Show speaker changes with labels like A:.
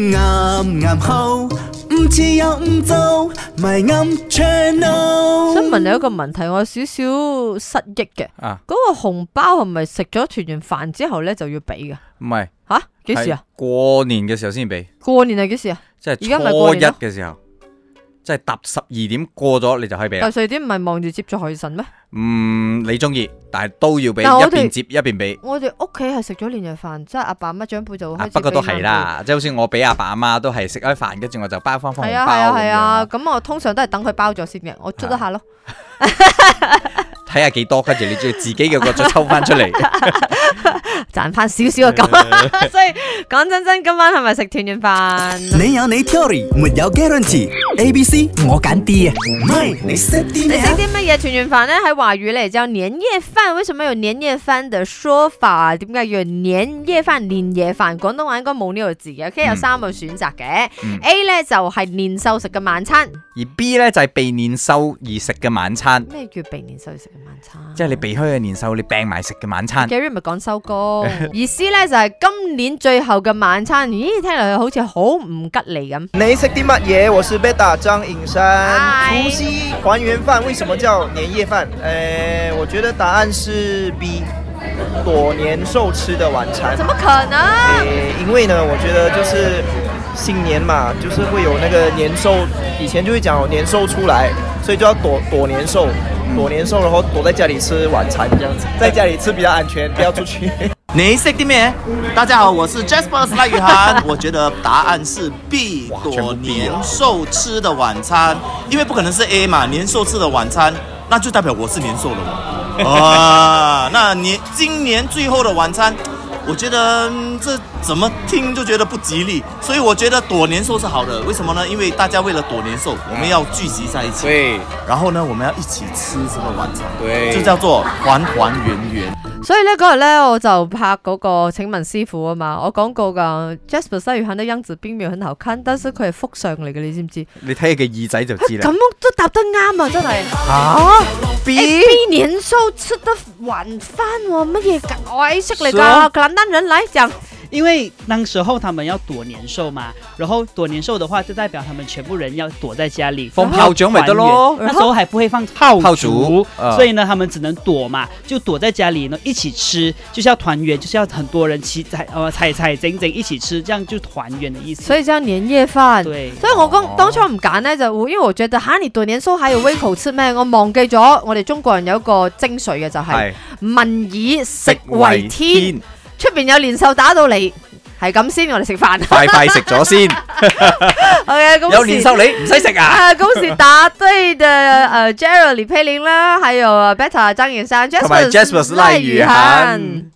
A: 啱啱好，唔似又唔做，咪啱 channel。
B: 想問你一個問題，我有少少失憶嘅。
C: 啊，
B: 嗰個紅包係咪食咗團圓飯之後咧就要俾嘅？
C: 唔係
B: 吓？幾時啊？？
C: 係過年嘅時候先俾，
B: 過年係幾時啊？
C: 即係
B: 而家咪過
C: 初一
B: 年咯啊
C: 嘅時候，即係踏十二點過咗你就可以俾啦
B: 大。歲啲唔係望住接住海神咩？
C: 嗯，你中意，但係都要俾，一
B: 但我哋
C: 邊接一邊俾。
B: 我哋屋企係食咗年夜飯，即係阿爸乜長輩就會開
C: 啊，
B: 始
C: 不過都
B: 俾晚
C: 係啦，即係好似我俾阿爸阿媽都係食開飯，跟住我就包翻
B: 輩。
C: 份
B: 係
C: 紅
B: 啊係啊
C: 包咁
B: 係啊，
C: 樣，
B: 咁我通常都係等佢包咗先嘅，我捽一下 咯。
C: 睇下幾多，跟住你再自己嘅個再抽翻出嚟。
B: 賺翻少少嘅咁，所以講真真，今晚係咪食團圓飯？
A: 你有你 theory，沒有 guarantee。A、B、C 我揀 D 啊，唔係你識啲
B: 你
A: 咩
B: 識
A: 啊？
B: 啲乜嘢團圓飯呢？喺華語嚟叫年夜飯，為什麼有年夜飯嘅說法？點解叫年夜飯、年夜飯？廣東話應該冇呢個字嘅。OK，有三個選擇嘅。
C: 嗯
B: A 呢就係年獸食嘅晚餐。
C: 而 B 呢，就係避年獸而食嘅晚餐，
B: 咩叫避年獸食嘅晚餐？
C: 即係你避開嘅年獸，你病埋食嘅晚餐。
B: Gary 咪講收 工，意思咧就係今年最後嘅晚餐。咦，聽落去好似好唔吉利咁。
D: 你识啲乜嘢？我是 Beta 张颖山。
B: Hi
D: 除夕还原饭为什么叫年夜饭？呃，我觉得答案是 B，躲年兽吃的晚餐。
B: 怎麼可能？
D: 呃，因为呢，我觉得就是新年嘛，就是会有那个年兽，以前就会讲有年兽出来，所以就要躲躲年兽，躲年兽，然后躲在家里吃晚餐这样子，在家里吃比较安全，不要出去。
E: 你识啲咩？大家好，我是 Jasper 赖雨涵。 我觉得答案是 B，
C: 哇全
E: 躲
C: 部 B
E: 年
C: 啊
E: 兽吃的晚餐，因为不可能是 A 嘛，年兽吃的晚餐，那就代表我是年兽了我。啊，那年今年最后的晚餐，我觉得、嗯这怎么听就觉得不吉利，所以我觉得躲年兽是好的。为什么呢？因为大家为了躲年兽，我们要聚集在一起。
C: 對
E: 然后呢，我们要一起吃这个晚餐，
C: 對
E: 就叫做团团圆圆。
B: 所以咧嗰日咧我就拍嗰個請問師傅啊嘛，我講過噶 Jasper 西月肯的英字邊妙很好看，但是佢係福相嚟嘅，你知唔知？
C: 你睇佢嘅耳仔就知
B: 咁
C: 啦。
B: 都答得啱啊，真係。
C: 啊
B: 哎
C: ，B
B: 避年獸吃得還翻喎，乜嘢格外式嚟
C: 啊
B: 㗎？格蘭丹人嚟講，
F: 因为当时候他们要躲年兽嘛，然后躲年兽的话，就代表他们全部人要躲在家里，
C: 放炮仗哦咪得咯
F: 那时候还不会放炮
C: 炮
F: 竹
C: 竹，啊
F: 所以呢，他们只能躲嘛，就躲在家里呢，一起吃，就是要团圆，就是要很多人齐踩呃踩踩整整一起吃，这样就团圆的意思。
B: 所以叫年夜飯。
F: 对，
B: 所以我
C: 哦
B: 講當初唔揀呢，就會因為我覺得嚇你對年酥蟹有 Waco 出咩？我忘記咗我哋中國人有一個精髓嘅就係、
C: 係
B: 民以食為天，，出邊有年獸打到你。係咁先，我哋食 飯。
C: 快快食咗先，
B: 係啊，公
C: 有年
B: 時
C: 獸你唔使食啊！
B: 啊，恭喜答對 的呃 Gerald 李佩玲啦，還有呃 Beta 張穎珊
C: 同埋
B: Jasper
C: Jasper 賴宇涵